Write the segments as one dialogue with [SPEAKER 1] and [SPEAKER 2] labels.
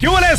[SPEAKER 1] tardes,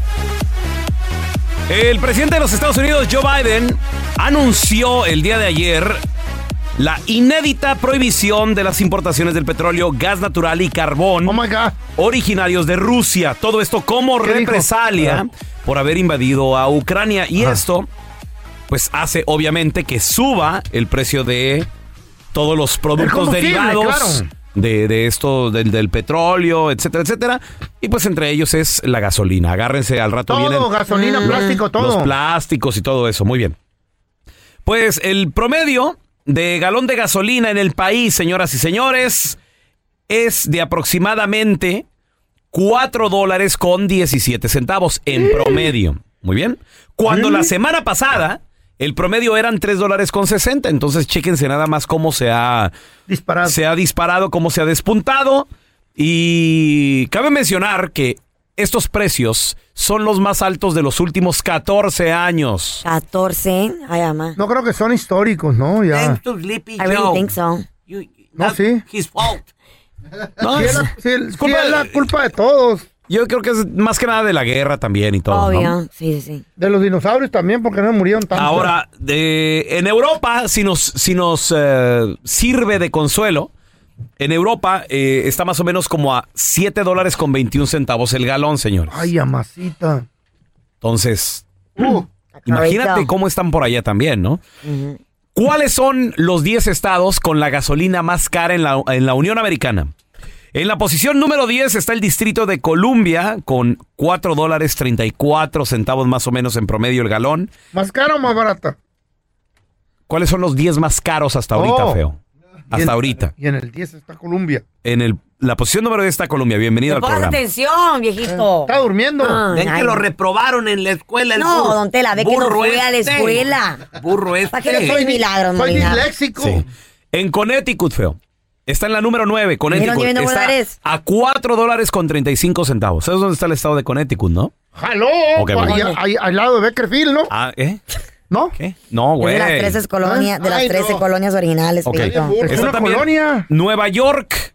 [SPEAKER 1] El presidente de los Estados Unidos, Joe Biden, anunció el día de ayer la inédita prohibición de las importaciones del petróleo, gas natural y carbón
[SPEAKER 2] Oh
[SPEAKER 1] originarios de Rusia. Todo esto como
[SPEAKER 2] ¿Qué dijo?
[SPEAKER 1] represalia
[SPEAKER 2] Ah.
[SPEAKER 1] por haber invadido a Ucrania. Y esto, pues, hace obviamente que suba el precio de todos los productos
[SPEAKER 2] combustible,
[SPEAKER 1] derivados
[SPEAKER 2] claro.
[SPEAKER 1] de, de esto, del, del petróleo, etcétera, etcétera. Y pues entre ellos es la gasolina. Agárrense al rato.
[SPEAKER 2] Todo,
[SPEAKER 1] vienen
[SPEAKER 2] gasolina, plástico, todo.
[SPEAKER 1] Los plásticos y todo eso. Muy bien. Pues el promedio de galón de gasolina en el país, señoras y señores, es de aproximadamente 4 dólares con 17 centavos en promedio. Muy bien. Cuando la semana pasada el promedio eran 3 dólares con 60. Entonces, chéquense nada más cómo se ha
[SPEAKER 2] Ah.
[SPEAKER 1] disparado. Se ha disparado, cómo se ha despuntado. Y cabe mencionar que estos precios son los más altos de los últimos 14 años.
[SPEAKER 3] 14, ay, ama.
[SPEAKER 2] No creo que son históricos, ¿no? Ya.
[SPEAKER 4] to Sleepy
[SPEAKER 3] I really
[SPEAKER 4] Joe.
[SPEAKER 3] think so.
[SPEAKER 2] No, sí.
[SPEAKER 4] His fault.
[SPEAKER 1] No,
[SPEAKER 2] Sí,
[SPEAKER 1] es-
[SPEAKER 2] es la, sí, es-
[SPEAKER 1] es culpa
[SPEAKER 2] sí, es
[SPEAKER 1] de-
[SPEAKER 2] la culpa de todos.
[SPEAKER 1] Yo creo que es más que nada de la guerra también y todo. ¿no?
[SPEAKER 3] Obvio, sí, sí, sí.
[SPEAKER 2] De los dinosaurios también, porque no murieron tanto.
[SPEAKER 1] Ahora, de- en Europa, si nos, si nos eh, sirve de consuelo, en Europa eh, está más o menos como a 7 dólares con 21 centavos el galón, señores.
[SPEAKER 2] Ay, amasita.
[SPEAKER 1] Entonces,
[SPEAKER 2] Uh,
[SPEAKER 1] imagínate
[SPEAKER 3] Correcto.
[SPEAKER 1] cómo están por allá también, ¿no? ¿Cuáles son los 10 estados con la gasolina más cara en la, en la Unión Americana? En la posición número 10 está el Distrito de Columbia con 4 dólares 34 centavos más o menos en promedio el galón.
[SPEAKER 2] ¿Más cara o más barata?
[SPEAKER 1] ¿Cuáles son los 10 más caros hasta ahorita,
[SPEAKER 2] Oh.
[SPEAKER 1] feo?
[SPEAKER 2] Y en-
[SPEAKER 1] Hasta ahorita.
[SPEAKER 2] Y en el 10 está Colombia.
[SPEAKER 1] En el, la posición número 10 está Colombia. Bienvenido al
[SPEAKER 3] Pongas
[SPEAKER 1] programa.
[SPEAKER 3] atención, viejito.
[SPEAKER 2] Eh, Está durmiendo.
[SPEAKER 3] Ah.
[SPEAKER 4] Ven
[SPEAKER 3] Ay.
[SPEAKER 4] que lo reprobaron en la escuela. El
[SPEAKER 3] No,
[SPEAKER 4] burro.
[SPEAKER 3] don Tela, ve que no
[SPEAKER 4] Burro
[SPEAKER 3] fue a la
[SPEAKER 4] este.
[SPEAKER 3] escuela.
[SPEAKER 4] Burro
[SPEAKER 3] ¿Para qué le
[SPEAKER 4] este.
[SPEAKER 3] soy milagro, no
[SPEAKER 2] Soy
[SPEAKER 3] ni nada.
[SPEAKER 2] disléxico.
[SPEAKER 1] Sí. En Connecticut, feo. Está en la número 9, Connecticut.
[SPEAKER 3] viendo
[SPEAKER 1] Está
[SPEAKER 3] dólares.
[SPEAKER 1] a 4 dólares con 35 centavos. ¿Sabes dónde está el estado de Connecticut, no?
[SPEAKER 2] Jaló.
[SPEAKER 1] Ok,
[SPEAKER 2] pues,
[SPEAKER 1] bueno.
[SPEAKER 2] ahí- ahí- al lado de Beckerfield, ¿no?
[SPEAKER 1] Ah, ¿eh?
[SPEAKER 2] ¿No?
[SPEAKER 1] ¿Qué? No,
[SPEAKER 3] Es
[SPEAKER 1] güey.
[SPEAKER 3] de las 13 colonias, de las
[SPEAKER 2] Ay,
[SPEAKER 3] 13
[SPEAKER 2] no.
[SPEAKER 3] colonias originales,
[SPEAKER 1] Ok.
[SPEAKER 3] viejito.
[SPEAKER 2] Es
[SPEAKER 1] Está
[SPEAKER 2] una
[SPEAKER 1] también
[SPEAKER 2] colonia.
[SPEAKER 1] Nueva York,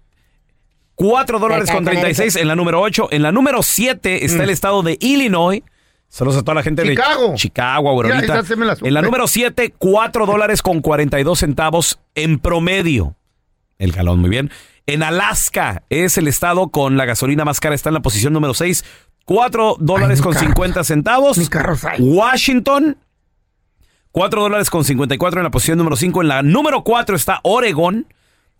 [SPEAKER 1] 4 dólares con 36 en la número 8. En la número 7 está el estado de Illinois. Saludos a toda la gente
[SPEAKER 2] Mm. Chicago.
[SPEAKER 1] de Chicago, Aurorita.
[SPEAKER 2] Mira, esa sí me la supe.
[SPEAKER 1] en la número 7, 4 dólares con 42 centavos en promedio. El galón, muy bien. En Alaska es el estado con la gasolina más cara. Está en la posición número 6, 4 dólares
[SPEAKER 2] mi
[SPEAKER 1] con
[SPEAKER 2] carro.
[SPEAKER 1] 50 centavos.
[SPEAKER 2] Mi carro sale.
[SPEAKER 1] Washington, 4 dólares con 54 en la posición número 5. En la número 4 está Oregón,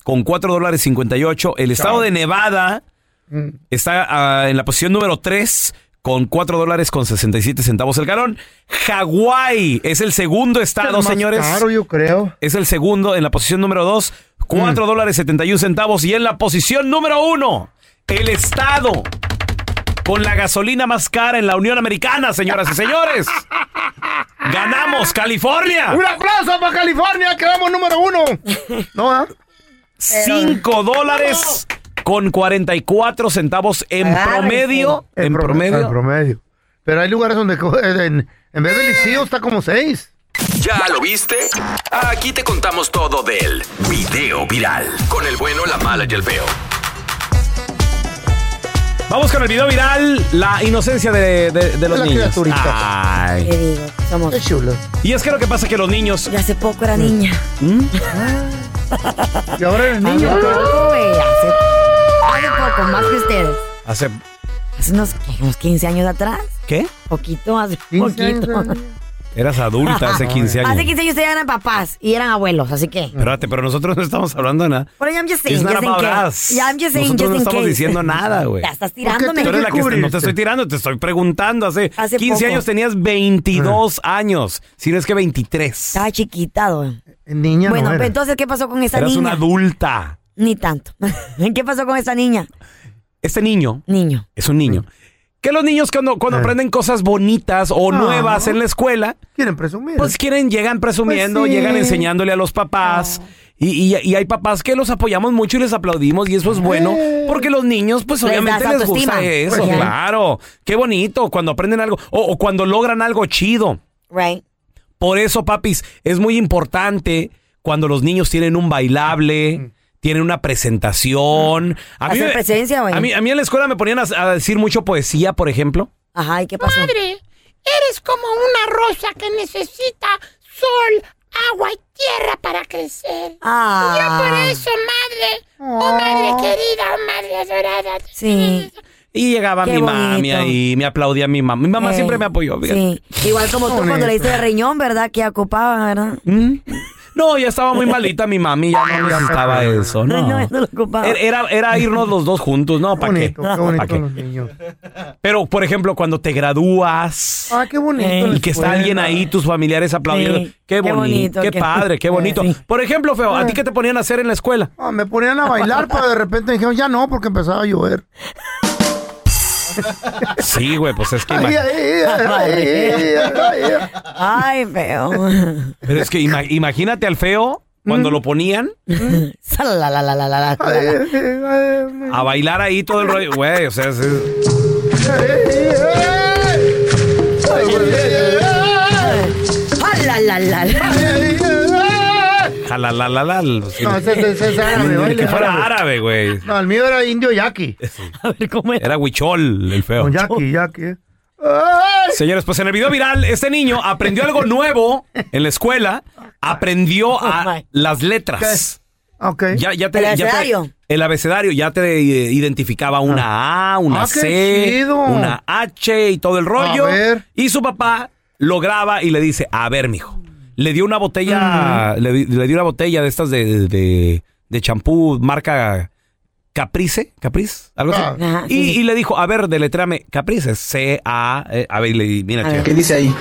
[SPEAKER 1] con 4 dólares 58. El estado de Nevada
[SPEAKER 2] Mm.
[SPEAKER 1] está ah, en la posición número 3, con 4 dólares con 67 centavos el galón. Hawái es el segundo estado,
[SPEAKER 2] Más
[SPEAKER 1] señores.
[SPEAKER 2] Claro, yo creo.
[SPEAKER 1] Es el segundo en la posición número 2, 4 dólares 71 centavos. Y en la posición número 1, el estado. Con la gasolina más cara en la Unión Americana, señoras y señores. Ganamos California.
[SPEAKER 2] ¡Un aplauso para California! ¡Quedamos número uno! ¿No, ah?
[SPEAKER 1] 5 dólares con 44 centavos en
[SPEAKER 3] Agárrense.
[SPEAKER 1] promedio.
[SPEAKER 2] El
[SPEAKER 1] En
[SPEAKER 2] prom- el
[SPEAKER 1] promedio.
[SPEAKER 2] promedio. Pero hay lugares donde co- eh, en, en Beverly Hills está como seis.
[SPEAKER 5] ¿Ya lo viste? Aquí te contamos todo del video viral. Con el bueno, la mala y el feo.
[SPEAKER 1] Vamos con el video viral, la inocencia de, de- de los
[SPEAKER 2] La
[SPEAKER 1] niños.
[SPEAKER 2] criaturita.
[SPEAKER 1] Ay.
[SPEAKER 3] Te digo, somos.
[SPEAKER 2] Qué chulo.
[SPEAKER 1] Y es que lo que pasa es que los niños...
[SPEAKER 3] Yo hace poco era niña.
[SPEAKER 2] Y ahora eres niño.
[SPEAKER 3] Hace poco, güey, hace, hace poco, más que ustedes.
[SPEAKER 1] Hace...
[SPEAKER 3] Hace unos, ¿qué? unos 15 años atrás.
[SPEAKER 1] ¿Qué?
[SPEAKER 3] Poquito, hace
[SPEAKER 2] 15 años, eh.
[SPEAKER 3] poquito.
[SPEAKER 2] ¿verdad?
[SPEAKER 1] Eras adulta hace 15 años.
[SPEAKER 3] Hace 15 años ustedes eran papás y eran abuelos, así que.
[SPEAKER 1] Espérate, pero nosotros no estamos hablando de nada.
[SPEAKER 3] Pero ya I'm just saying,
[SPEAKER 1] It's not
[SPEAKER 3] just in
[SPEAKER 1] about
[SPEAKER 3] case.
[SPEAKER 1] us.
[SPEAKER 3] Ya I'm just saying,
[SPEAKER 1] Nosotros
[SPEAKER 3] just
[SPEAKER 1] no
[SPEAKER 3] in
[SPEAKER 1] estamos
[SPEAKER 3] case.
[SPEAKER 1] diciendo nada, güey.
[SPEAKER 3] Ya estás
[SPEAKER 2] ¿Por qué
[SPEAKER 3] tirándome.
[SPEAKER 1] Tú eres la que
[SPEAKER 2] Cubrirte.
[SPEAKER 1] no te estoy tirando, te estoy preguntando. Hace
[SPEAKER 3] Hace
[SPEAKER 1] 15
[SPEAKER 3] poco.
[SPEAKER 1] años tenías 22 años, si no es que 23.
[SPEAKER 3] Estaba chiquita, don.
[SPEAKER 2] Niña
[SPEAKER 3] Bueno,
[SPEAKER 2] no
[SPEAKER 3] pero
[SPEAKER 2] eres.
[SPEAKER 3] entonces, ¿qué pasó con esa
[SPEAKER 1] Eras
[SPEAKER 3] niña?
[SPEAKER 1] una adulta.
[SPEAKER 3] Ni tanto. ¿Qué pasó con esa niña?
[SPEAKER 1] Este niño
[SPEAKER 3] Niño.
[SPEAKER 1] es un niño Que los niños cuando, cuando aprenden cosas bonitas o
[SPEAKER 2] Ah.
[SPEAKER 1] nuevas en la escuela,
[SPEAKER 2] Quieren presumir.
[SPEAKER 1] pues quieren, llegan presumiendo,
[SPEAKER 2] Pues sí.
[SPEAKER 1] llegan enseñándole a los papás.
[SPEAKER 3] Ah.
[SPEAKER 1] Y, y- y hay papás que los apoyamos mucho y les aplaudimos y eso es bueno, porque los niños pues
[SPEAKER 3] Eh. Les das
[SPEAKER 1] obviamente les gusta
[SPEAKER 3] autoestima.
[SPEAKER 1] eso,
[SPEAKER 3] Pues ya.
[SPEAKER 1] claro. Qué bonito cuando aprenden algo o- o cuando logran algo chido.
[SPEAKER 3] Right.
[SPEAKER 1] Por eso, papis, es muy importante cuando los niños tienen un bailable, tienen una presentación. A
[SPEAKER 3] Mm. Hacer
[SPEAKER 1] me-
[SPEAKER 3] presencia, güey.
[SPEAKER 1] a mí, a mí en la escuela me ponían a, a decir mucho poesía, por ejemplo.
[SPEAKER 3] Ajá, ¿y qué pasó?
[SPEAKER 6] Padre, eres como una rosa que necesita sol, agua y tierra para crecer.
[SPEAKER 3] Ah.
[SPEAKER 6] Yo por eso, madre, oh madre querida, oh madre adorada. te
[SPEAKER 3] Sí.
[SPEAKER 6] quiero.
[SPEAKER 1] Y llegaba
[SPEAKER 3] Qué
[SPEAKER 1] mi mami
[SPEAKER 3] bonito.
[SPEAKER 1] ahí, me aplaudía mi mamá. Mi mamá
[SPEAKER 3] Ey,
[SPEAKER 1] siempre me apoyó. fíjate.
[SPEAKER 3] Sí. Igual como tú cuando
[SPEAKER 2] Bonito.
[SPEAKER 3] le diste el riñón, ¿verdad? Que ocupaba, ¿verdad?
[SPEAKER 1] ¿Mm? No, ya estaba muy malita mi mami, ya no necesitaba eso, no.
[SPEAKER 3] No, ya no lo ocupaba.
[SPEAKER 1] Era- Era, era irnos los dos juntos, ¿no?
[SPEAKER 2] Qué
[SPEAKER 1] ¿Para qué?
[SPEAKER 2] bonito, qué
[SPEAKER 1] ¿Pa'
[SPEAKER 2] bonito
[SPEAKER 1] qué?
[SPEAKER 2] los niños.
[SPEAKER 1] Pero, por ejemplo, cuando te gradúas...
[SPEAKER 2] Ah, qué bonito.
[SPEAKER 3] Ey,
[SPEAKER 2] la
[SPEAKER 1] Eh, Y que está alguien
[SPEAKER 2] escuela.
[SPEAKER 1] ahí, tus familiares aplaudiendo.
[SPEAKER 3] Sí,
[SPEAKER 1] Qué bonito, qué, padre, qué bonito.
[SPEAKER 3] Sí.
[SPEAKER 1] Por ejemplo, Feo, ¿a ti qué te ponían a hacer en la escuela?
[SPEAKER 2] Ah, me ponían a bailar, pero de repente me dijeron, ya no, porque empezaba a llover.
[SPEAKER 1] Sí, güey, pues es que...
[SPEAKER 2] Ay, ay,
[SPEAKER 1] ima-
[SPEAKER 2] ay, ay, ay, ay, ay.
[SPEAKER 3] Ay, feo.
[SPEAKER 1] Pero es que ima- imagínate al Feo cuando lo ponían
[SPEAKER 3] Sala, la, la, la, la, la, la, la.
[SPEAKER 1] a bailar ahí todo el rollo. Güey, o sea, es- es-
[SPEAKER 3] Ah, la, la, la, la.
[SPEAKER 1] jalalalala.
[SPEAKER 2] No, ese- ese- ese es árabe,
[SPEAKER 1] Ni que
[SPEAKER 2] baile
[SPEAKER 1] fuera
[SPEAKER 2] árabe.
[SPEAKER 1] árabe, güey.
[SPEAKER 2] No, el mío era indio yaqui.
[SPEAKER 3] A ver cómo era.
[SPEAKER 1] Era huichol el Feo.
[SPEAKER 2] No, yaqui, yaqui. Ah,
[SPEAKER 1] Señores, pues en el video viral, este niño aprendió algo nuevo en la escuela. Aprendió a las letras.
[SPEAKER 2] Ok.
[SPEAKER 1] Ya, ya te,
[SPEAKER 3] El
[SPEAKER 1] ya te-
[SPEAKER 3] abecedario.
[SPEAKER 1] el abecedario ya te eh, identificaba una A, una
[SPEAKER 2] Ah, qué
[SPEAKER 1] C,
[SPEAKER 2] chido.
[SPEAKER 1] una H y todo el rollo.
[SPEAKER 2] A ver.
[SPEAKER 1] Y su papá lo graba y le dice, a ver, mijo. Le dio una botella, le, di- le dio una botella de estas de, de- de champú marca Caprice, Caprice, algo así.
[SPEAKER 2] Ah.
[SPEAKER 3] Ajá, sí,
[SPEAKER 1] y,
[SPEAKER 3] sí.
[SPEAKER 1] y le dijo, a ver, deletréame Caprice, C, A, eh, a ver, y le di, mira,
[SPEAKER 3] A
[SPEAKER 1] che.
[SPEAKER 3] ver.
[SPEAKER 7] ¿Qué dice ahí?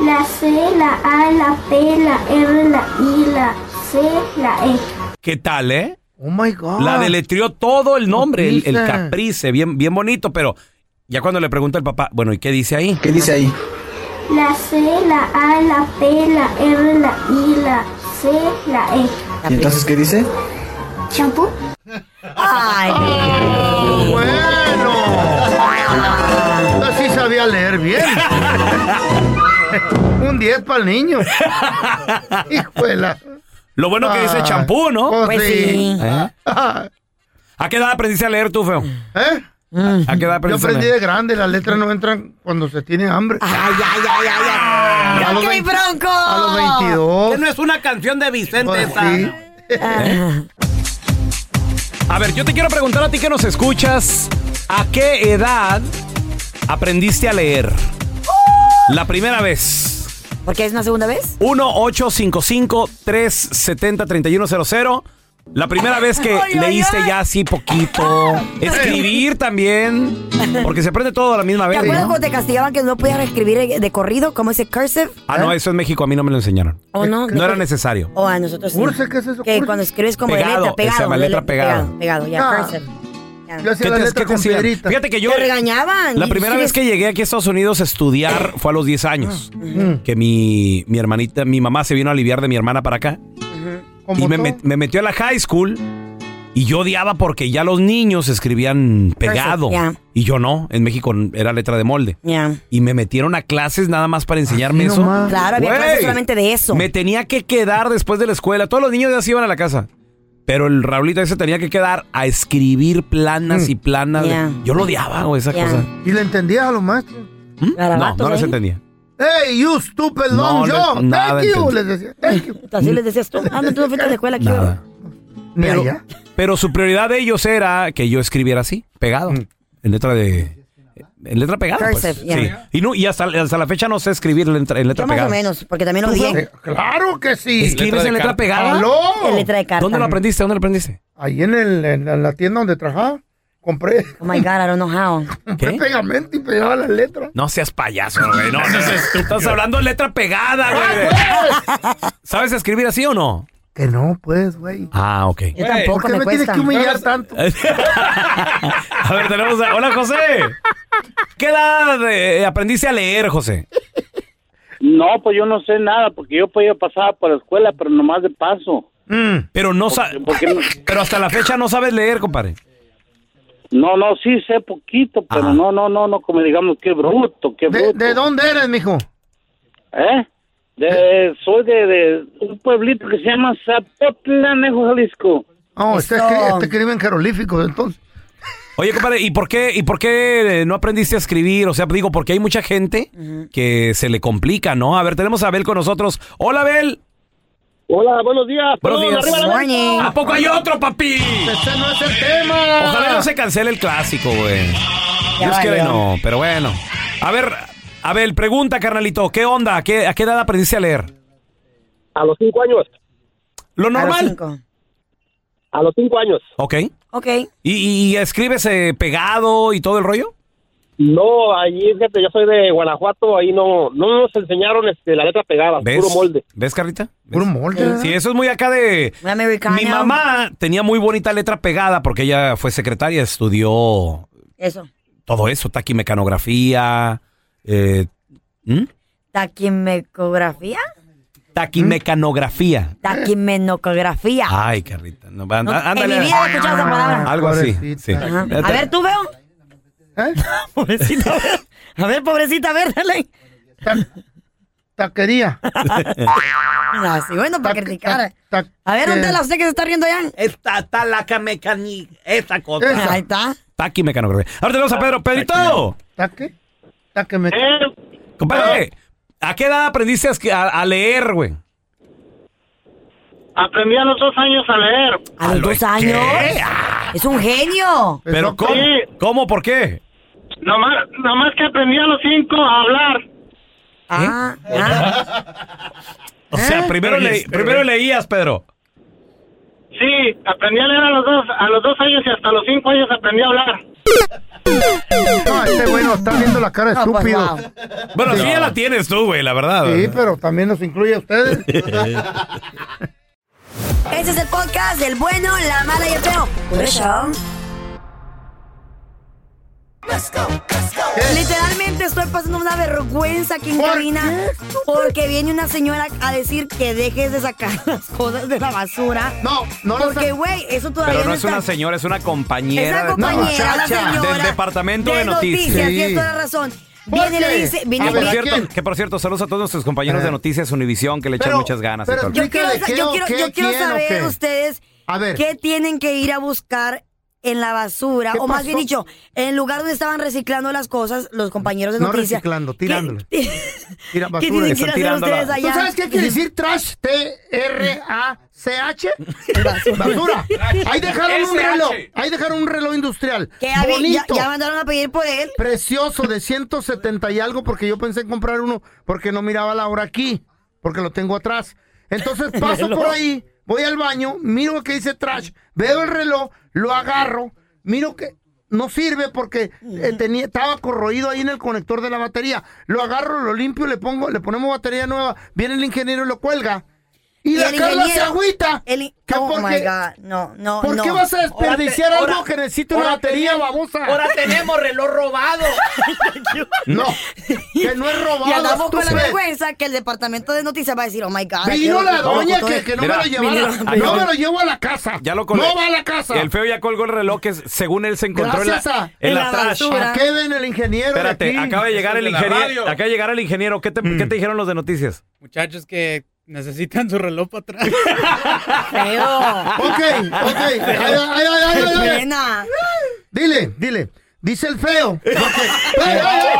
[SPEAKER 8] La C, la A, la P, la R, la I, la C, la E.
[SPEAKER 1] ¿qué tal, eh?
[SPEAKER 2] Oh my God.
[SPEAKER 1] La deletreó todo el nombre, el, el
[SPEAKER 2] Caprice.
[SPEAKER 1] Caprice, bien, bien bonito, pero ya cuando le pregunta el papá, bueno, ¿y qué dice ahí?
[SPEAKER 7] ¿Qué dice ahí?
[SPEAKER 8] La C, la A, la P, la R, la I, la C, la E.
[SPEAKER 7] ¿Y entonces qué dice?
[SPEAKER 8] ¿Champú?
[SPEAKER 3] Ay,
[SPEAKER 2] Bueno. Así sabía leer bien. Un 10 para el niño. Hijuela.
[SPEAKER 1] Lo bueno que dice
[SPEAKER 2] Ah,
[SPEAKER 1] champú, ¿no?
[SPEAKER 2] pues
[SPEAKER 3] pues sí.
[SPEAKER 1] ¿Eh?
[SPEAKER 2] Ah,
[SPEAKER 1] ¿A qué edad aprendiste a leer tú, feo?
[SPEAKER 2] ¿Eh?
[SPEAKER 1] ¿A qué edad aprendiste
[SPEAKER 2] Yo
[SPEAKER 1] a
[SPEAKER 2] aprendí
[SPEAKER 1] leer?
[SPEAKER 2] de grande, las letras no entran cuando se tiene hambre.
[SPEAKER 3] Ay, ay, ay, ay, ay.
[SPEAKER 2] A
[SPEAKER 3] ¡Ay,
[SPEAKER 2] los
[SPEAKER 3] qué
[SPEAKER 2] 20
[SPEAKER 3] bronco!
[SPEAKER 2] A los 22.
[SPEAKER 4] no es una canción de Vicente
[SPEAKER 2] Pues
[SPEAKER 4] esa?
[SPEAKER 2] sí.
[SPEAKER 1] A ver, yo te quiero preguntar a ti que nos escuchas, ¿a qué edad aprendiste a leer? La primera vez.
[SPEAKER 3] ¿Por qué es una segunda vez?
[SPEAKER 1] 1-855-370-3100. La primera vez que
[SPEAKER 3] Ay, ay,
[SPEAKER 1] leíste
[SPEAKER 3] ay.
[SPEAKER 1] ya así poquito. Escribir también. Porque se aprende todo a la misma
[SPEAKER 3] ¿Te
[SPEAKER 1] vez.
[SPEAKER 3] acuerdas
[SPEAKER 1] ¿no?
[SPEAKER 3] cuando te castigaban que no podías escribir de corrido? ¿Cómo ese cursive?
[SPEAKER 1] Ah, no, eso en México a mí no me lo enseñaron.
[SPEAKER 3] ¿O no?
[SPEAKER 1] No era necesario.
[SPEAKER 3] O a nosotros sí.
[SPEAKER 2] Cursive, ¿qué es eso?
[SPEAKER 3] Que
[SPEAKER 2] Cursive.
[SPEAKER 3] cuando escribes como
[SPEAKER 1] Pegado,
[SPEAKER 3] de letra,
[SPEAKER 1] se
[SPEAKER 3] pegado.
[SPEAKER 1] llama
[SPEAKER 3] de
[SPEAKER 1] letra
[SPEAKER 3] le-
[SPEAKER 1] pegado.
[SPEAKER 3] Pegado, pegado, ya,
[SPEAKER 2] Ah.
[SPEAKER 3] cursive. Ya.
[SPEAKER 2] Yo hacía
[SPEAKER 1] ¿Qué
[SPEAKER 2] la
[SPEAKER 1] te-
[SPEAKER 2] letra
[SPEAKER 1] qué te
[SPEAKER 2] con
[SPEAKER 1] hacían?
[SPEAKER 2] piedrita.
[SPEAKER 1] Fíjate que yo.
[SPEAKER 3] Te regañaban.
[SPEAKER 1] La
[SPEAKER 3] Y
[SPEAKER 1] primera
[SPEAKER 3] sí
[SPEAKER 1] vez
[SPEAKER 3] les-
[SPEAKER 1] que llegué aquí a Estados Unidos a estudiar fue a los 10 años.
[SPEAKER 2] Mm,
[SPEAKER 3] Ah,
[SPEAKER 1] Que mi, mi hermanita, mi mamá se vino a aliviar de mi hermana para acá.
[SPEAKER 2] Como
[SPEAKER 1] Y me,
[SPEAKER 2] todo.
[SPEAKER 1] met- me metió a la high school. Y yo odiaba porque ya los niños escribían pegado.
[SPEAKER 3] ya.
[SPEAKER 1] Y yo no. En México era letra de molde.
[SPEAKER 3] Ya.
[SPEAKER 1] Y me metieron a clases nada más para enseñarme
[SPEAKER 2] Así
[SPEAKER 1] eso.
[SPEAKER 2] nomás.
[SPEAKER 3] Claro, había
[SPEAKER 1] Güey,
[SPEAKER 3] clases solamente de eso.
[SPEAKER 1] Me tenía que quedar después de la escuela. Todos los niños ya se iban a la casa. Pero el Raulito ese tenía que quedar a escribir planas y planas. de-
[SPEAKER 3] Mm. Ya.
[SPEAKER 1] Yo lo odiaba, güey, esa
[SPEAKER 3] Ya.
[SPEAKER 1] cosa.
[SPEAKER 2] Y le entendías a los maestros.
[SPEAKER 1] ¿Mm? No,
[SPEAKER 3] Garabatos
[SPEAKER 1] no les
[SPEAKER 3] ahí.
[SPEAKER 1] entendía.
[SPEAKER 2] Hey, you stupid
[SPEAKER 1] No,
[SPEAKER 2] long
[SPEAKER 1] no,
[SPEAKER 2] John.
[SPEAKER 1] nada
[SPEAKER 2] Thank you.
[SPEAKER 1] entendí.
[SPEAKER 2] Les decía. Thank you.
[SPEAKER 3] Así les decías tú. Ah, no, tú no fuiste a la escuela. ¿qué?
[SPEAKER 1] Nada.
[SPEAKER 2] Ni
[SPEAKER 1] Pero-
[SPEAKER 2] allá.
[SPEAKER 1] Pero su prioridad de ellos era que yo escribiera así, pegado. En letra de. En letra pegada. pues.
[SPEAKER 3] Cursive, ya.
[SPEAKER 1] Sí. Y, no, y hasta, hasta la fecha no sé escribir en letra, en letra
[SPEAKER 3] Yo más
[SPEAKER 1] pegada.
[SPEAKER 3] o menos, porque también lo odié.
[SPEAKER 2] Eh, Claro que sí.
[SPEAKER 1] ¿Escribes en letra pegada?
[SPEAKER 2] ¡Aló!
[SPEAKER 3] En letra de carta.
[SPEAKER 1] ¿Dónde lo aprendiste? ¿Dónde lo aprendiste?
[SPEAKER 2] Ahí en, el, en la- en la tienda donde trabajaba, compré,
[SPEAKER 3] Oh my God, I don't know how.
[SPEAKER 1] ¿Qué?
[SPEAKER 2] compré pegamento y pegaba las letras.
[SPEAKER 1] No seas payaso, güey. No, no seas estúpido. Estás hablando letra pegada, güey. ¿Sabes escribir así o no?
[SPEAKER 2] Que no, pues, güey.
[SPEAKER 1] Ah, ok.
[SPEAKER 3] Yo tampoco
[SPEAKER 2] ¿Por
[SPEAKER 3] me
[SPEAKER 2] qué me tienes
[SPEAKER 3] cuesta.
[SPEAKER 2] que humillar tanto?
[SPEAKER 1] A ver, tenemos a- Hola, José. ¿Qué edad eh, aprendiste a leer, José?
[SPEAKER 7] No, pues yo no sé nada, porque yo pues yo pasaba por la escuela, pero nomás de paso.
[SPEAKER 2] Mm,
[SPEAKER 1] Pero no sa-
[SPEAKER 7] Porque no,
[SPEAKER 1] pero hasta la fecha no sabes leer, compadre.
[SPEAKER 7] no, no, sí sé poquito, pero
[SPEAKER 1] Ajá.
[SPEAKER 7] no, no, no, no, como digamos, qué bruto, qué
[SPEAKER 2] ¿De,
[SPEAKER 7] bruto.
[SPEAKER 2] de dónde eres, mijo?
[SPEAKER 7] ¿Eh? De, soy de, de un pueblito que se llama Zapotlanejo, Jalisco.
[SPEAKER 2] No, este
[SPEAKER 3] Eso.
[SPEAKER 2] escri- este escribe en jerolíficos, entonces.
[SPEAKER 1] Oye, compadre, ¿y por qué, y por qué eh, no aprendiste a escribir? O sea, digo, porque hay mucha gente que se le complica, ¿no? A ver, tenemos a Abel con nosotros. Hola, Abel.
[SPEAKER 7] Hola, buenos días.
[SPEAKER 1] Buenos días.
[SPEAKER 3] Morning.
[SPEAKER 1] ¿A poco hay otro, papi?
[SPEAKER 3] Este
[SPEAKER 2] Ese no es el tema.
[SPEAKER 1] Ojalá no se cancele el clásico, güey.
[SPEAKER 3] Ya
[SPEAKER 1] Dios quiere
[SPEAKER 3] valió.
[SPEAKER 1] no, pero bueno. A ver, Abel, pregunta, carnalito. ¿Qué onda? ¿A qué, a qué edad aprendiste a leer?
[SPEAKER 7] A los cinco años,
[SPEAKER 1] Lo
[SPEAKER 3] A los
[SPEAKER 1] normal.
[SPEAKER 3] cinco.
[SPEAKER 7] a los cinco años.
[SPEAKER 1] Ok.
[SPEAKER 3] Ok.
[SPEAKER 1] ¿Y, y escribes eh, pegado y todo el rollo?
[SPEAKER 7] No, allí, fíjate, yo soy de Guanajuato, ahí no, no nos enseñaron este, la letra pegada,
[SPEAKER 1] ¿Ves? ¿Ves, Carlita? ¿Ves?
[SPEAKER 2] Puro molde.
[SPEAKER 1] Sí, eso es muy acá de...
[SPEAKER 3] Un americano.
[SPEAKER 1] Mi mamá tenía muy bonita letra pegada porque ella fue secretaria, estudió
[SPEAKER 3] Eso.
[SPEAKER 1] todo eso, taquimecanografía, eh, ¿m?
[SPEAKER 3] Taquimecografía.
[SPEAKER 1] taquimecanografía.
[SPEAKER 3] Taquimenocografía.
[SPEAKER 1] Ay, Carlita, no,
[SPEAKER 3] ¿Mm? No,
[SPEAKER 1] anda-
[SPEAKER 3] en
[SPEAKER 1] Ah, ándale.
[SPEAKER 3] mi vida he escuchado esa palabra.
[SPEAKER 1] Algo así.
[SPEAKER 2] Pobrecita.
[SPEAKER 1] sí.
[SPEAKER 3] Ajá. A ver, tú veo.
[SPEAKER 2] ¿Eh?
[SPEAKER 3] Pobrecita, a ver. A ver, pobrecita, a ver, dale.
[SPEAKER 2] Ta- Taquería.
[SPEAKER 3] No, sí, bueno, para
[SPEAKER 2] Taque-
[SPEAKER 3] criticar.
[SPEAKER 2] ta- ta-
[SPEAKER 3] A ver,
[SPEAKER 2] eh,
[SPEAKER 3] ¿dónde la usted que se está riendo ya?
[SPEAKER 4] Esta talaca mecánica, esta cosa.
[SPEAKER 2] esa.
[SPEAKER 3] Ahí está.
[SPEAKER 1] Taquimecanografía. Ahora tenemos a Pedro. Pedrito,
[SPEAKER 2] ¿Taque? ¿Taque
[SPEAKER 3] Eh,
[SPEAKER 2] me...
[SPEAKER 7] Eh,
[SPEAKER 1] compadre, ¿a qué edad aprendiste a esqui- a, a leer, güey?
[SPEAKER 7] Aprendí a los dos años a leer.
[SPEAKER 3] A los dos años. Es un genio.
[SPEAKER 1] ¿Pero cómo?
[SPEAKER 7] Sí.
[SPEAKER 1] ¿Cómo? ¿Por qué?
[SPEAKER 7] Nomás, nomás que aprendí a los cinco a hablar.
[SPEAKER 1] ¿Eh?
[SPEAKER 3] Ah, ah.
[SPEAKER 1] O sea, primero, le- primero leías, Pedro.
[SPEAKER 7] Sí, aprendí a leer a los dos, a los dos años y hasta los cinco años aprendí a hablar.
[SPEAKER 2] No, este güey nos está viendo la cara de
[SPEAKER 3] No, pues,
[SPEAKER 2] estúpido.
[SPEAKER 3] wow.
[SPEAKER 1] Bueno, sí ya la tienes tú, güey, la verdad.
[SPEAKER 2] Sí, pero también nos incluye a ustedes.
[SPEAKER 3] Ese Este es el podcast del bueno, la mala y el feo. Por eso. Literalmente estoy pasando una vergüenza aquí en
[SPEAKER 2] ¿Por
[SPEAKER 3] cabina
[SPEAKER 2] qué?
[SPEAKER 3] porque viene una señora a decir que dejes de sacar las cosas de la basura.
[SPEAKER 2] No, no lo
[SPEAKER 3] Porque,
[SPEAKER 2] sé.
[SPEAKER 3] güey, eso todavía
[SPEAKER 1] Pero no
[SPEAKER 3] no
[SPEAKER 1] es
[SPEAKER 3] está...
[SPEAKER 1] una señora, es una
[SPEAKER 3] Es
[SPEAKER 1] compañera.
[SPEAKER 3] una
[SPEAKER 1] de-
[SPEAKER 3] compañera, la
[SPEAKER 2] muchacha
[SPEAKER 3] señora.
[SPEAKER 1] del departamento de noticias. Ah,
[SPEAKER 3] y es
[SPEAKER 2] Sí.
[SPEAKER 3] toda la razón.
[SPEAKER 2] ¿Por
[SPEAKER 3] Viene y le
[SPEAKER 2] qué?
[SPEAKER 3] dice... Viene
[SPEAKER 1] Que
[SPEAKER 2] A
[SPEAKER 3] y
[SPEAKER 2] ver,
[SPEAKER 1] por
[SPEAKER 3] le-
[SPEAKER 2] ¿a
[SPEAKER 1] cierto,
[SPEAKER 2] quién?
[SPEAKER 1] que por cierto, saludos a todos nuestros compañeros
[SPEAKER 2] Ajá.
[SPEAKER 1] de Noticias Univisión que le echan
[SPEAKER 2] Pero-
[SPEAKER 1] muchas ganas. y
[SPEAKER 2] pero
[SPEAKER 1] todo el
[SPEAKER 3] Yo
[SPEAKER 1] rollo.
[SPEAKER 3] quiero,
[SPEAKER 2] Explícale,
[SPEAKER 3] yo
[SPEAKER 2] ¿qué o
[SPEAKER 3] quiero, yo
[SPEAKER 2] qué
[SPEAKER 3] quiero
[SPEAKER 2] quién o
[SPEAKER 3] saber
[SPEAKER 2] qué?
[SPEAKER 3] ustedes
[SPEAKER 2] A ver.
[SPEAKER 3] qué tienen que ir a buscar en la basura,
[SPEAKER 2] ¿Qué
[SPEAKER 3] o más
[SPEAKER 2] pasó?
[SPEAKER 3] bien dicho, en el lugar donde estaban reciclando las cosas, los compañeros de
[SPEAKER 2] No
[SPEAKER 3] noticias.
[SPEAKER 2] reciclando,
[SPEAKER 3] ¿Qué-
[SPEAKER 2] tirándolo.
[SPEAKER 3] ¿Qué,
[SPEAKER 2] Tira basura.
[SPEAKER 3] tienen que ir a hacer
[SPEAKER 1] tirándola.
[SPEAKER 3] ustedes
[SPEAKER 2] ¿Tú
[SPEAKER 3] allá?
[SPEAKER 2] sabes qué quiere decir trash? T-R-A-C-H. Basura. Ahí dejaron un reloj. Ahí dejaron un reloj industrial.
[SPEAKER 3] Que ya, vi- ya-
[SPEAKER 2] Bonito.
[SPEAKER 3] ya mandaron a pedir por él.
[SPEAKER 2] Precioso de 170 y algo porque yo pensé en comprar uno porque no miraba la hora aquí, porque lo tengo atrás. Entonces paso por ahí, voy al baño, miro que dice trash, veo el reloj, lo agarro, miro que no sirve porque eh, tenía, estaba corroído ahí en el conector de la batería. Lo agarro, lo limpio, le pongo, le ponemos batería nueva, viene el ingeniero y lo cuelga. Y,
[SPEAKER 3] Y
[SPEAKER 2] la
[SPEAKER 3] el
[SPEAKER 2] Carla se
[SPEAKER 3] ingeniero-
[SPEAKER 2] agüita.
[SPEAKER 3] el in-
[SPEAKER 2] que
[SPEAKER 3] oh
[SPEAKER 2] porque-
[SPEAKER 3] my God, no, no,
[SPEAKER 2] ¿Por
[SPEAKER 3] no.
[SPEAKER 2] qué vas a desperdiciar
[SPEAKER 4] Ahora te-
[SPEAKER 2] algo
[SPEAKER 4] ahora-
[SPEAKER 2] que necesita una
[SPEAKER 4] ahora
[SPEAKER 2] batería, babosa?
[SPEAKER 4] Ahora tenemos reloj robado.
[SPEAKER 2] No, que no es
[SPEAKER 3] Y andamos
[SPEAKER 2] robado,
[SPEAKER 3] con la
[SPEAKER 2] estúpido.
[SPEAKER 3] vergüenza que el departamento de noticias va a decir, oh my God.
[SPEAKER 2] Vino
[SPEAKER 3] qué
[SPEAKER 2] la
[SPEAKER 3] horror.
[SPEAKER 2] doña
[SPEAKER 3] Todo
[SPEAKER 2] que,
[SPEAKER 3] es-
[SPEAKER 2] que no
[SPEAKER 1] Mira,
[SPEAKER 2] me lo llevaba.
[SPEAKER 3] vinieron-
[SPEAKER 2] No me lo llevo a la casa.
[SPEAKER 1] Ya lo colé.
[SPEAKER 2] No va a la casa.
[SPEAKER 1] El feo ya colgó el reloj que se- según él se encontró en la,
[SPEAKER 2] Gracias a-
[SPEAKER 1] en
[SPEAKER 3] en
[SPEAKER 1] la
[SPEAKER 3] la
[SPEAKER 1] trash.
[SPEAKER 3] basura.
[SPEAKER 2] ¿A qué ven el ingeniero? de
[SPEAKER 1] Espérate,
[SPEAKER 2] aquí?
[SPEAKER 1] acaba de llegar el
[SPEAKER 9] de la
[SPEAKER 1] ingeniero.
[SPEAKER 9] radio.
[SPEAKER 1] Acaba de llegar el ingeniero. ¿Qué te, qué te dijeron los de noticias?
[SPEAKER 9] Muchachos que necesitan su reloj para atrás.
[SPEAKER 3] Feo.
[SPEAKER 9] Ah,
[SPEAKER 2] Ok, ok. Ay, ay, ay, ay, ay, ay.
[SPEAKER 3] Nena.
[SPEAKER 2] Dile, dile. Dice el feo. Porque- Ay, ay, ay.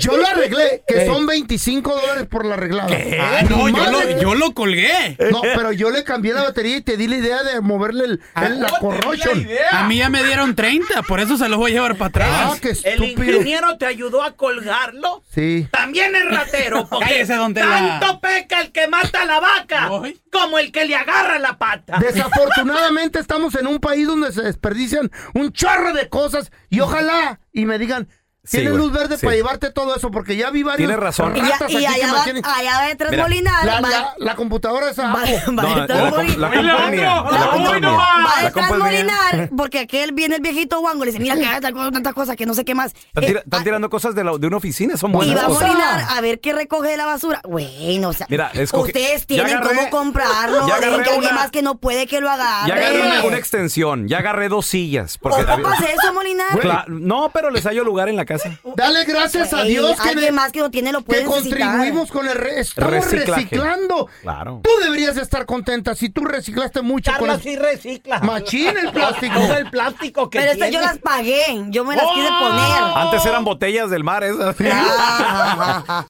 [SPEAKER 2] Yo lo arreglé, que son 25 dólares por la arreglada. Ah,
[SPEAKER 9] no, yo
[SPEAKER 2] mi madre.
[SPEAKER 9] lo, yo lo colgué.
[SPEAKER 2] No, pero yo le cambié la batería y te di la idea de moverle el, el-
[SPEAKER 1] Ah,
[SPEAKER 2] la corrosion.
[SPEAKER 9] A mí ya me dieron 30, por eso se los voy a llevar para
[SPEAKER 2] Ah,
[SPEAKER 9] atrás.
[SPEAKER 2] qué
[SPEAKER 4] El
[SPEAKER 2] estúpido.
[SPEAKER 4] ingeniero te ayudó a colgarlo.
[SPEAKER 2] Sí.
[SPEAKER 4] También es ratero, porque
[SPEAKER 9] Cállese, don Tela.
[SPEAKER 4] tanto peca el que mata a la vaca
[SPEAKER 9] Voy.
[SPEAKER 4] como el que le agarra la pata.
[SPEAKER 2] Desafortunadamente estamos en un país donde se desperdician un chorro de cosas y ojalá y me digan,
[SPEAKER 1] Sí,
[SPEAKER 2] Tiene
[SPEAKER 1] güey,
[SPEAKER 2] luz verde
[SPEAKER 1] sí.
[SPEAKER 2] para llevarte todo eso, porque ya vi varios.
[SPEAKER 1] Tienes razón.
[SPEAKER 3] Y, ya-
[SPEAKER 2] ratas
[SPEAKER 3] y
[SPEAKER 2] aquí que
[SPEAKER 3] allá, va,
[SPEAKER 2] mantienen-
[SPEAKER 3] allá va tres
[SPEAKER 1] Mira,
[SPEAKER 3] molinas.
[SPEAKER 2] La,
[SPEAKER 3] va-
[SPEAKER 2] la- la computadora esa.
[SPEAKER 3] Va, va
[SPEAKER 1] Ah, No,
[SPEAKER 3] detrás
[SPEAKER 1] la-
[SPEAKER 3] Molina.
[SPEAKER 1] la compañía,
[SPEAKER 3] La
[SPEAKER 1] la
[SPEAKER 3] compañía.
[SPEAKER 1] compañía.
[SPEAKER 3] Va
[SPEAKER 1] La
[SPEAKER 3] detrás
[SPEAKER 1] compañía.
[SPEAKER 3] Molinar, porque aquel viene el viejito guango, le dice, mira, cara, tal cosa, tantas cosas que no sé qué más.
[SPEAKER 1] Están,
[SPEAKER 3] Eh,
[SPEAKER 1] tira- están
[SPEAKER 3] ah,
[SPEAKER 1] tirando cosas de, la- de una oficina, son
[SPEAKER 3] y
[SPEAKER 1] buenas
[SPEAKER 3] va a
[SPEAKER 1] cosas.
[SPEAKER 3] Molinar a ver qué recoge de la basura. Güey, no o sea,
[SPEAKER 1] Mira, escogí- ya
[SPEAKER 3] ustedes tienen
[SPEAKER 1] agarré-
[SPEAKER 3] cómo comprarlo.
[SPEAKER 1] ya
[SPEAKER 3] Dejen
[SPEAKER 1] agarré
[SPEAKER 3] que alguien
[SPEAKER 1] una-
[SPEAKER 3] más que no puede que lo agarre.
[SPEAKER 1] Ya agarré una, una extensión, ya agarré dos sillas. Porque
[SPEAKER 3] ¿Ocupas eso, Molinar?
[SPEAKER 1] Cla- no, pero les hallo lugar en la casa.
[SPEAKER 2] Dale gracias a
[SPEAKER 3] Güey,
[SPEAKER 2] Dios que,
[SPEAKER 3] alguien
[SPEAKER 2] le-
[SPEAKER 3] más que lo tiene lo
[SPEAKER 2] que
[SPEAKER 3] puede necesitar.
[SPEAKER 2] contribuimos con el re- estamos
[SPEAKER 1] Reciclaje.
[SPEAKER 2] reciclando.
[SPEAKER 1] Claro.
[SPEAKER 2] Tú deberías estar contenta si tú reciclaste mucho con
[SPEAKER 4] Carlos
[SPEAKER 2] el-
[SPEAKER 4] sí recicla.
[SPEAKER 2] machín el plástico.
[SPEAKER 4] Todo el plástico que
[SPEAKER 3] Pero estas yo
[SPEAKER 4] tiene.
[SPEAKER 3] las pagué, yo me las quise poner.
[SPEAKER 1] Antes eran botellas del mar esas.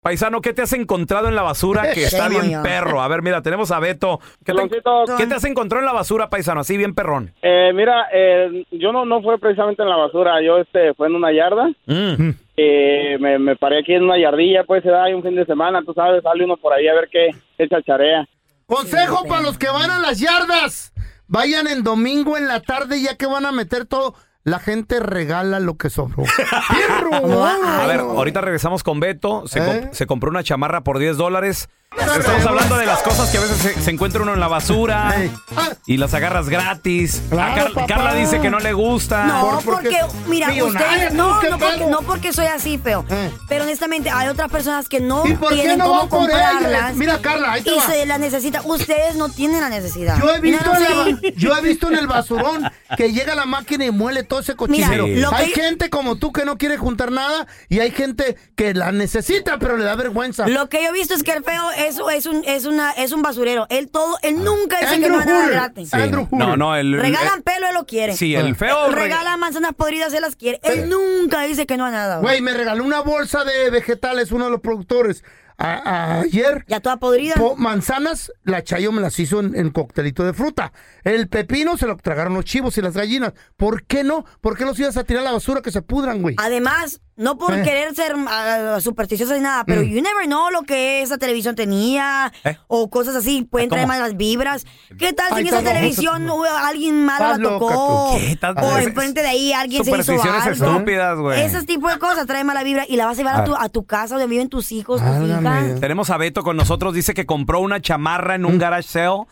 [SPEAKER 1] Paisano, ¿qué te has encontrado en la basura que está
[SPEAKER 3] Sí,
[SPEAKER 1] bien
[SPEAKER 3] moño.
[SPEAKER 1] perro? A ver, mira, tenemos a Beto. ¿Qué te,
[SPEAKER 7] Loncito.
[SPEAKER 1] qué te has encontrado en la basura, paisano? Así bien perrón.
[SPEAKER 7] Eh, mira, eh, yo no, no fue precisamente en la basura, yo este fue en una yarda.
[SPEAKER 1] Mm.
[SPEAKER 7] Eh, me, me paré aquí en una yardilla, pues se da ahí un fin de semana, tú sabes, sale uno por ahí a ver qué, qué chacharea.
[SPEAKER 2] Consejo para los que van a las yardas. Vayan en domingo en la tarde ya que van a meter todo. La gente regala lo que sobró. ¡Fierro!
[SPEAKER 1] A ver, ahorita regresamos con Beto. Se, comp-
[SPEAKER 2] ¿Eh?
[SPEAKER 1] se compró una chamarra por 10 dólares. Estamos hablando de las cosas que a veces se, se encuentra uno en la basura
[SPEAKER 2] Ey. Ah,
[SPEAKER 1] y las agarras gratis. A
[SPEAKER 2] Claro,
[SPEAKER 1] Car-
[SPEAKER 2] papá.
[SPEAKER 1] Carla dice que no le gusta.
[SPEAKER 3] No,
[SPEAKER 2] Por- porque
[SPEAKER 3] porque, mira,
[SPEAKER 2] millonaria,
[SPEAKER 3] ustedes,
[SPEAKER 2] tú,
[SPEAKER 3] no,
[SPEAKER 2] qué
[SPEAKER 3] no porque,
[SPEAKER 2] pedo.
[SPEAKER 3] no porque soy así, feo.
[SPEAKER 2] Eh.
[SPEAKER 3] Pero honestamente, hay otras personas que no
[SPEAKER 2] ¿Y por qué
[SPEAKER 3] tienen
[SPEAKER 2] no
[SPEAKER 3] cómo
[SPEAKER 2] van por ellas?
[SPEAKER 3] comprarlas.
[SPEAKER 2] Mira, Carla, ahí te
[SPEAKER 3] y
[SPEAKER 2] va.
[SPEAKER 3] se las necesita. Ustedes no tienen la necesidad.
[SPEAKER 2] Yo he, visto
[SPEAKER 3] Mira,
[SPEAKER 2] en la-
[SPEAKER 3] sí.
[SPEAKER 2] yo he visto en el basurón que llega la máquina y muele todo ese cochinero.
[SPEAKER 1] Mira,
[SPEAKER 3] lo
[SPEAKER 2] hay
[SPEAKER 3] que-
[SPEAKER 2] gente como tú que no quiere juntar nada y hay gente que la necesita pero le da vergüenza.
[SPEAKER 3] Lo que yo he visto es que el feo es, es, un, es, una, es un basurero. Él todo, él nunca dice que
[SPEAKER 2] Andrew
[SPEAKER 3] no va a nada
[SPEAKER 2] Hoover.
[SPEAKER 3] gratis.
[SPEAKER 1] Sí.
[SPEAKER 2] Andrew Hoover.
[SPEAKER 1] No, no, el.
[SPEAKER 3] Regalan
[SPEAKER 1] eh,
[SPEAKER 3] pelo, él lo quiere.
[SPEAKER 1] Sí, el feo. reg-
[SPEAKER 3] Regalan manzanas podridas, él las quiere. Él nunca dice que no a nada.
[SPEAKER 2] Güey, me regaló una bolsa de vegetales uno de los productores a- a- ayer.
[SPEAKER 3] Ya toda podrida.
[SPEAKER 2] Po- manzanas, la Chayo me las hizo en, en coctelito de fruta. El pepino se lo tragaron los chivos y las gallinas. ¿Por qué no? ¿Por qué los ibas a tirar a la basura que se pudran, güey?
[SPEAKER 3] Además, no por
[SPEAKER 2] Eh. Mm.
[SPEAKER 3] querer ser ah, supersticiosa ni nada, pero you never know lo que esa televisión tenía
[SPEAKER 1] ¿Eh?
[SPEAKER 3] o cosas así, pueden traer malas vibras. ¿Qué tal si
[SPEAKER 2] Ah, Ay,
[SPEAKER 3] en esa
[SPEAKER 2] está loco.
[SPEAKER 3] televisión hubo- alguien malo
[SPEAKER 2] Estás
[SPEAKER 3] la
[SPEAKER 2] loca
[SPEAKER 3] tocó?
[SPEAKER 1] tú. ¿Qué tal?
[SPEAKER 3] O
[SPEAKER 1] Es-
[SPEAKER 3] enfrente de ahí alguien se hizo
[SPEAKER 1] supersticiones
[SPEAKER 3] algo.
[SPEAKER 1] estúpidas, güey.
[SPEAKER 3] Ese tipo de cosas trae mala vibra y la vas a llevar a, tu, a tu casa donde viven tus hijos, tus
[SPEAKER 2] Ah. Válgame.
[SPEAKER 3] hijas.
[SPEAKER 1] Tenemos a Beto con nosotros. Dice que compró una chamarra en un
[SPEAKER 2] Mm.
[SPEAKER 1] garage sale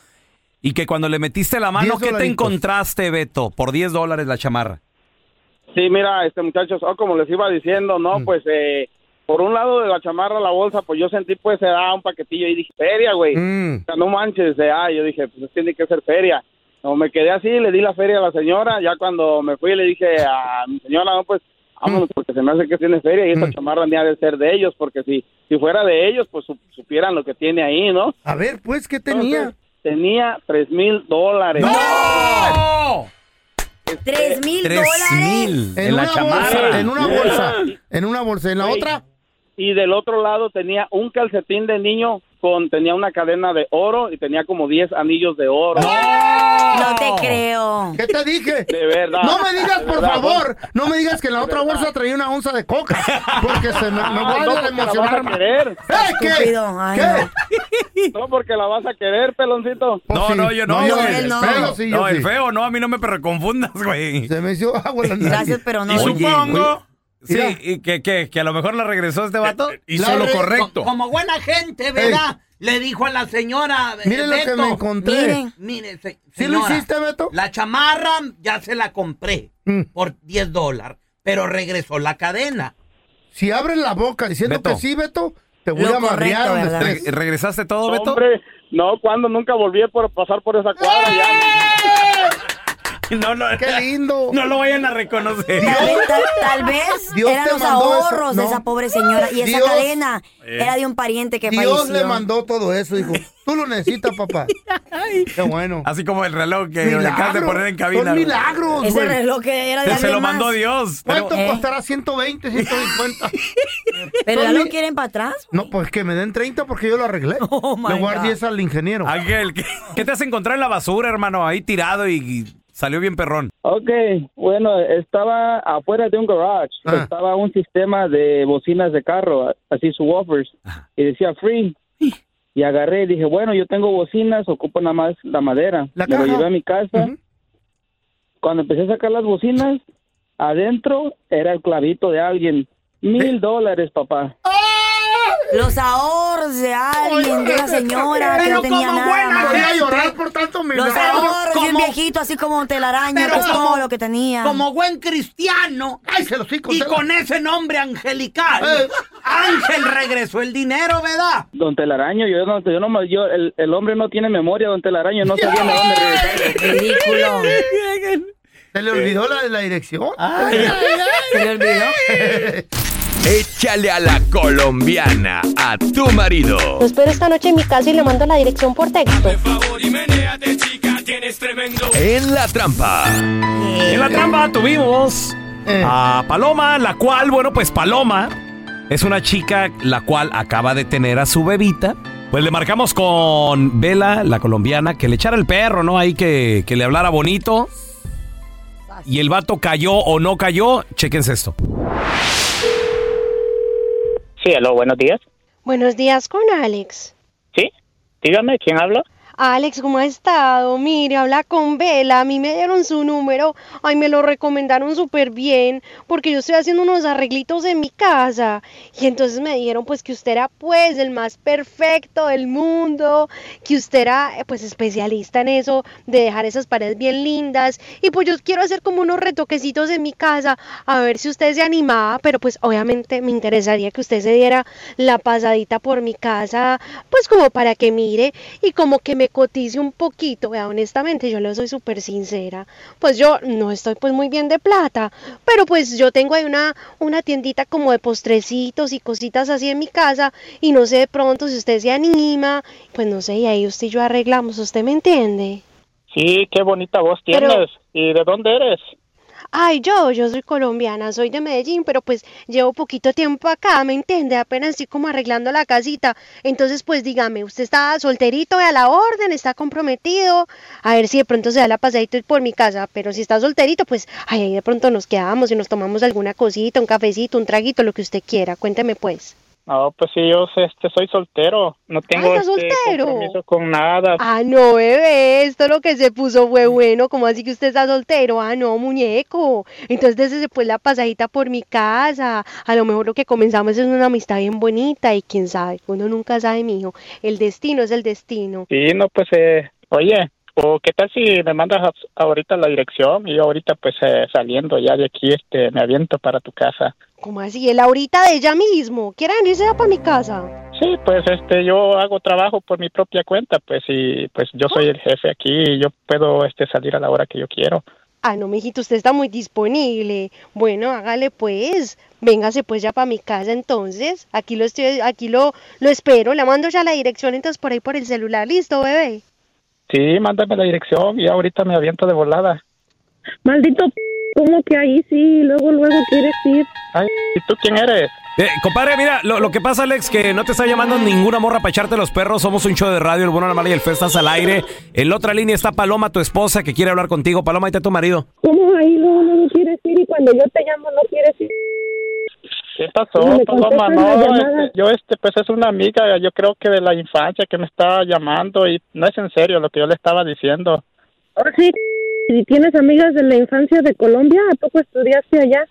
[SPEAKER 1] y que cuando le metiste la mano,
[SPEAKER 2] 10
[SPEAKER 1] ¿qué te
[SPEAKER 2] dolaritos.
[SPEAKER 1] encontraste, Beto? Por 10 dólares la chamarra.
[SPEAKER 7] Sí, mira, este muchachos, oh, como les iba diciendo, no, pues eh, por un lado de la chamarra a la bolsa, pues yo sentí pues se da un paquetillo y dije, feria, güey.
[SPEAKER 2] Mm.
[SPEAKER 7] O sea, no manches, de, ah, yo dije, pues tiene que ser feria. No, me quedé así, le di la feria a la señora, ya cuando me fui le dije a mi señora, no, pues vámonos porque se me hace que tiene feria y esta chamarra ni ha de ser de ellos, porque si, si fuera de ellos, pues su- supieran lo que tiene ahí, ¿no?
[SPEAKER 2] A ver, pues, ¿qué tenía?
[SPEAKER 7] Entonces, tenía tres mil dólares.
[SPEAKER 2] Eh,
[SPEAKER 3] Tres mil
[SPEAKER 1] Tres
[SPEAKER 3] dólares.
[SPEAKER 1] mil en la
[SPEAKER 2] una
[SPEAKER 1] chamarra.
[SPEAKER 2] bolsa, en una bolsa, en una bolsa, en la
[SPEAKER 7] Güey.
[SPEAKER 2] otra.
[SPEAKER 7] y del otro lado tenía un calcetín de niño con tenía una cadena de oro y tenía como 10 anillos de oro.
[SPEAKER 3] No te creo.
[SPEAKER 2] ¿Qué te dije?
[SPEAKER 7] De verdad.
[SPEAKER 2] No me digas,
[SPEAKER 7] De
[SPEAKER 2] por
[SPEAKER 7] verdad,
[SPEAKER 2] favor, no me digas que en la otra bolsa traía una onza de coca, porque se me, me
[SPEAKER 7] No,
[SPEAKER 2] voy
[SPEAKER 7] no,
[SPEAKER 2] a
[SPEAKER 7] porque la vas a
[SPEAKER 2] emocionar.
[SPEAKER 7] querer.
[SPEAKER 2] ¡Eh, qué!
[SPEAKER 3] Estúpido, ay,
[SPEAKER 2] ¿Qué?
[SPEAKER 3] no.
[SPEAKER 7] No, porque la vas a querer, peloncito.
[SPEAKER 2] Pues
[SPEAKER 1] No,
[SPEAKER 2] sí.
[SPEAKER 1] no, yo no,
[SPEAKER 3] No,
[SPEAKER 1] güey.
[SPEAKER 3] él
[SPEAKER 1] El
[SPEAKER 3] no.
[SPEAKER 1] feo.
[SPEAKER 2] Yo sí, yo
[SPEAKER 1] no, el
[SPEAKER 2] sí.
[SPEAKER 1] feo, no, a mí no me reconfundas, güey.
[SPEAKER 2] Se me hizo agua la nariz.
[SPEAKER 3] Gracias, pero no.
[SPEAKER 9] Y
[SPEAKER 1] Oye,
[SPEAKER 9] supongo.
[SPEAKER 1] Sí,
[SPEAKER 2] Mira.
[SPEAKER 1] y que, que, que a lo mejor la regresó este vato.
[SPEAKER 9] Hizo
[SPEAKER 2] La
[SPEAKER 9] lo
[SPEAKER 2] re-
[SPEAKER 9] correcto.
[SPEAKER 4] Como buena gente, ¿verdad? Le dijo a la señora. eh,
[SPEAKER 2] Miren lo que
[SPEAKER 4] Beto,
[SPEAKER 2] me encontré.
[SPEAKER 3] Miren.
[SPEAKER 4] Mire, se-
[SPEAKER 2] ¿Sí lo
[SPEAKER 4] señora,
[SPEAKER 2] hiciste, Beto?
[SPEAKER 4] La chamarra ya se la compré
[SPEAKER 2] Mm.
[SPEAKER 4] por 10 dólares, pero regresó la cadena.
[SPEAKER 2] Si abres la boca diciendo
[SPEAKER 1] Beto.
[SPEAKER 2] que sí, Beto, te voy
[SPEAKER 3] Lo
[SPEAKER 2] a
[SPEAKER 3] correcto,
[SPEAKER 2] amarrear donde
[SPEAKER 3] ¿verdad?
[SPEAKER 1] Re-
[SPEAKER 2] estés.
[SPEAKER 1] ¿Regresaste todo, Beto?
[SPEAKER 7] Hombre, no, cuando nunca volví a por pasar por esa cuadra ya.
[SPEAKER 1] No, no,
[SPEAKER 2] ¡Qué lindo!
[SPEAKER 1] no lo vayan a reconocer.
[SPEAKER 3] Tal, vez- tal- tal vez
[SPEAKER 2] Dios
[SPEAKER 3] eran
[SPEAKER 2] te
[SPEAKER 3] los
[SPEAKER 2] mandó eso,
[SPEAKER 3] ahorros de
[SPEAKER 2] ¿no?
[SPEAKER 3] esa pobre señora y esa
[SPEAKER 2] Dios.
[SPEAKER 3] cadena era de un pariente que
[SPEAKER 2] Dios
[SPEAKER 3] falleció.
[SPEAKER 2] le mandó todo eso, dijo. Tú lo necesitas, papá. Qué bueno.
[SPEAKER 1] Así como el reloj que le acabas de
[SPEAKER 2] Milagros.
[SPEAKER 1] poner en cabina.
[SPEAKER 2] Son milagros,
[SPEAKER 3] Ese
[SPEAKER 2] Pues, güey.
[SPEAKER 3] reloj que era de
[SPEAKER 1] Se
[SPEAKER 3] alguien
[SPEAKER 1] lo
[SPEAKER 3] más.
[SPEAKER 1] mandó Dios.
[SPEAKER 2] ¿Cuánto
[SPEAKER 3] Eh.
[SPEAKER 2] costará 120, 150?
[SPEAKER 3] Pero ya
[SPEAKER 2] Son
[SPEAKER 3] lo
[SPEAKER 2] mi-
[SPEAKER 3] quieren para atrás.
[SPEAKER 2] No, pues que me den 30 porque yo lo arreglé.
[SPEAKER 3] Oh, my
[SPEAKER 2] le guardé
[SPEAKER 3] God.
[SPEAKER 2] esa al ingeniero.
[SPEAKER 1] Ángel, ¿qué, qué te has encontrado en la basura, hermano? Ahí tirado y, y salió bien perrón.
[SPEAKER 7] Ok, bueno, estaba afuera de un garage.
[SPEAKER 2] Ah.
[SPEAKER 7] Estaba un sistema de bocinas de carro, así su woofers, y decía free. Y agarré y dije, bueno, yo tengo bocinas, ocupo nada más la madera.
[SPEAKER 2] La
[SPEAKER 7] Me lo
[SPEAKER 2] caja.
[SPEAKER 7] llevé a mi casa.
[SPEAKER 2] Ujú.
[SPEAKER 7] Cuando empecé a sacar las bocinas, adentro era el clavito de alguien. Mil dólares, papá.
[SPEAKER 3] Los ahorros de alguien, de una señora que
[SPEAKER 6] Pero
[SPEAKER 3] no tenía
[SPEAKER 6] como
[SPEAKER 3] nada.
[SPEAKER 6] buena
[SPEAKER 3] más.
[SPEAKER 2] Voy a
[SPEAKER 6] gente.
[SPEAKER 2] llorar por tanto humildad.
[SPEAKER 3] Los ahorros de un
[SPEAKER 4] como-
[SPEAKER 3] viejito así como un telaraña,
[SPEAKER 4] Pero
[SPEAKER 3] que es todo
[SPEAKER 4] como-
[SPEAKER 3] lo que tenía.
[SPEAKER 4] Como buen cristiano.
[SPEAKER 2] Ay, se los cinco,
[SPEAKER 4] Y
[SPEAKER 2] Tela.
[SPEAKER 4] con ese nombre angelical.
[SPEAKER 2] Eh.
[SPEAKER 1] Ah,
[SPEAKER 4] Ángel regresó el dinero, ¿verdad?
[SPEAKER 7] Don Telaraño, yo, no- yo no, yo, el, el hombre no tiene memoria, Don Telaraño, no sabía de dónde regresar.
[SPEAKER 3] Ridículo.
[SPEAKER 2] Se le olvidó la de la dirección.
[SPEAKER 3] Se le olvidó.
[SPEAKER 5] Échale a la colombiana a tu marido.
[SPEAKER 10] Lo espero esta noche en mi casa y le mando la dirección por texto.
[SPEAKER 5] En la trampa.
[SPEAKER 1] En la trampa tuvimos a Paloma, la cual, bueno, pues Paloma es una chica la cual acaba de tener a su bebita. Pues le marcamos con Vela, la colombiana, que le echara el perro, ¿no? Ahí que, que le hablara bonito. Y el vato cayó o no cayó. Chequense esto.
[SPEAKER 7] Sí, aló, buenos días.
[SPEAKER 10] Buenos días con Alex.
[SPEAKER 7] Sí, dígame, ¿quién habla?
[SPEAKER 10] Alex, ¿cómo ha estado? Mire, habla con Vela. A mí me dieron su número. Ay, me lo recomendaron súper bien porque yo estoy haciendo unos arreglitos en mi casa. Y entonces me dijeron pues que usted era pues el más perfecto del mundo, que usted era eh, pues especialista en eso de dejar esas paredes bien lindas. Y pues yo quiero hacer como unos retoquecitos en mi casa a ver si usted se animaba, pero pues obviamente me interesaría que usted se diera la pasadita por mi casa, pues como para que mire y como que me cotice un poquito, vea, honestamente yo le soy súper sincera, pues yo no estoy pues muy bien de plata, pero pues yo tengo ahí una, una tiendita como de postrecitos y cositas así en mi casa y no sé de pronto si usted se anima, pues no sé, y ahí usted y yo arreglamos, ¿usted me entiende?
[SPEAKER 7] Sí, qué bonita voz
[SPEAKER 10] Pero-
[SPEAKER 7] tienes. ¿Y de dónde eres?
[SPEAKER 10] Ay, yo, yo soy colombiana, soy de Medellín, pero pues llevo poquito tiempo acá, ¿me entiende? Apenas estoy como arreglando la casita. Entonces, pues dígame, ¿usted está solterito y a la orden? ¿Está comprometido? A ver si de pronto se da la pasadita por mi casa, pero si está solterito, pues ay, ahí de pronto nos quedamos y nos tomamos alguna cosita, un cafecito, un traguito, lo que usted quiera. Cuénteme pues.
[SPEAKER 7] No, pues sí, yo este, soy soltero. No tengo
[SPEAKER 10] Ah, ¿estás
[SPEAKER 7] este,
[SPEAKER 10] soltero?
[SPEAKER 7] compromiso con nada.
[SPEAKER 10] Ah, no, bebé, esto lo que se puso fue bueno, ¿cómo así que usted está soltero? Ah, no, muñeco. Entonces dese pues la pasadita por mi casa. A lo mejor lo que comenzamos es una amistad bien bonita y quién sabe, uno nunca sabe, mijo. El destino es el destino.
[SPEAKER 7] Sí, no, pues, eh, oye, o qué tal si me mandas a- ahorita la dirección y yo ahorita, pues, eh, saliendo ya de aquí, este, me aviento para tu casa.
[SPEAKER 10] ¿Cómo así? El ahorita de ella mismo. ¿Quiere venirse para mi casa?
[SPEAKER 7] Sí, pues, este, yo hago trabajo por mi propia cuenta, pues, y pues yo
[SPEAKER 10] Oh.
[SPEAKER 7] soy el jefe aquí y yo puedo, este, salir a la hora que yo quiero.
[SPEAKER 10] Ah, no, mijito, usted está muy disponible. Bueno, hágale pues. Véngase pues ya para mi casa entonces. Aquí lo estoy, aquí lo, lo espero. Le mando ya la dirección entonces por ahí por el celular. Listo, bebé.
[SPEAKER 7] Sí, mándame la dirección y ahorita me aviento de volada.
[SPEAKER 10] Maldito, ¿cómo que ahí sí? Luego, luego quieres ir.
[SPEAKER 7] Ay, ¿y tú quién eres?
[SPEAKER 1] Eh, compadre, mira, lo, lo que pasa, Alex, que no te está llamando ninguna morra para echarte los perros. Somos un show de radio, el bueno, la mala y el feo estás al aire. En la otra línea está Paloma, tu esposa, que quiere hablar contigo. Paloma, ahí está tu marido.
[SPEAKER 10] ¿Cómo ahí luego, luego quieres ir? Y cuando yo te llamo, no quieres ir.
[SPEAKER 7] ¿Qué pasó,
[SPEAKER 10] No me
[SPEAKER 7] Paloma?
[SPEAKER 10] contestan
[SPEAKER 7] No,
[SPEAKER 10] las llamadas.
[SPEAKER 7] este, yo este, pues es una amiga, yo creo que de la infancia que me estaba llamando y no es en serio lo que yo le estaba diciendo.
[SPEAKER 10] Oh, sí, si tienes amigas de la infancia de Colombia, ¿a poco estudiaste allá?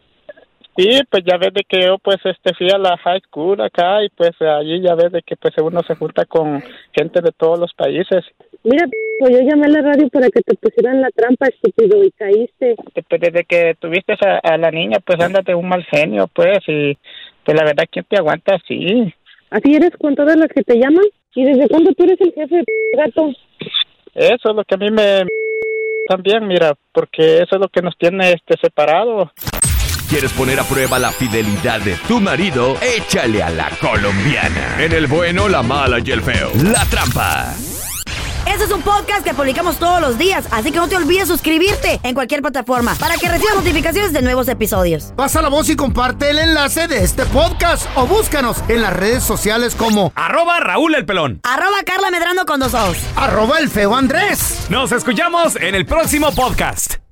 [SPEAKER 7] Sí, pues ya ves de que yo pues este fui a la high school acá y pues allí ya ves de que pues uno se junta con gente de todos los países.
[SPEAKER 10] Mira, pues yo llamé a la radio para que te pusieran la trampa, estúpido, y caíste.
[SPEAKER 7] Este, pues, Desde que tuviste a, a la niña pues andas de un mal genio pues y pues la verdad ¿quién te aguanta así?
[SPEAKER 10] Así eres con todas las que te llaman. ¿Y desde cuándo tú eres el jefe, gato?
[SPEAKER 7] Eso es lo que a mí me también mira porque eso es lo que nos tiene este separados.
[SPEAKER 5] ¿Quieres poner a prueba la fidelidad de tu marido? Échale a la colombiana. En el bueno, la mala y el feo. La trampa.
[SPEAKER 3] Este es un podcast que publicamos todos los días, así que no te olvides suscribirte en cualquier plataforma para que recibas notificaciones de nuevos episodios.
[SPEAKER 2] Pasa la voz y comparte el enlace de este podcast o búscanos en las redes sociales como
[SPEAKER 1] Arroba Raúl el Pelón.
[SPEAKER 3] Arroba Carla Medrano con dos ojos.
[SPEAKER 2] arroba el feo Andrés.
[SPEAKER 1] Nos escuchamos en el próximo podcast.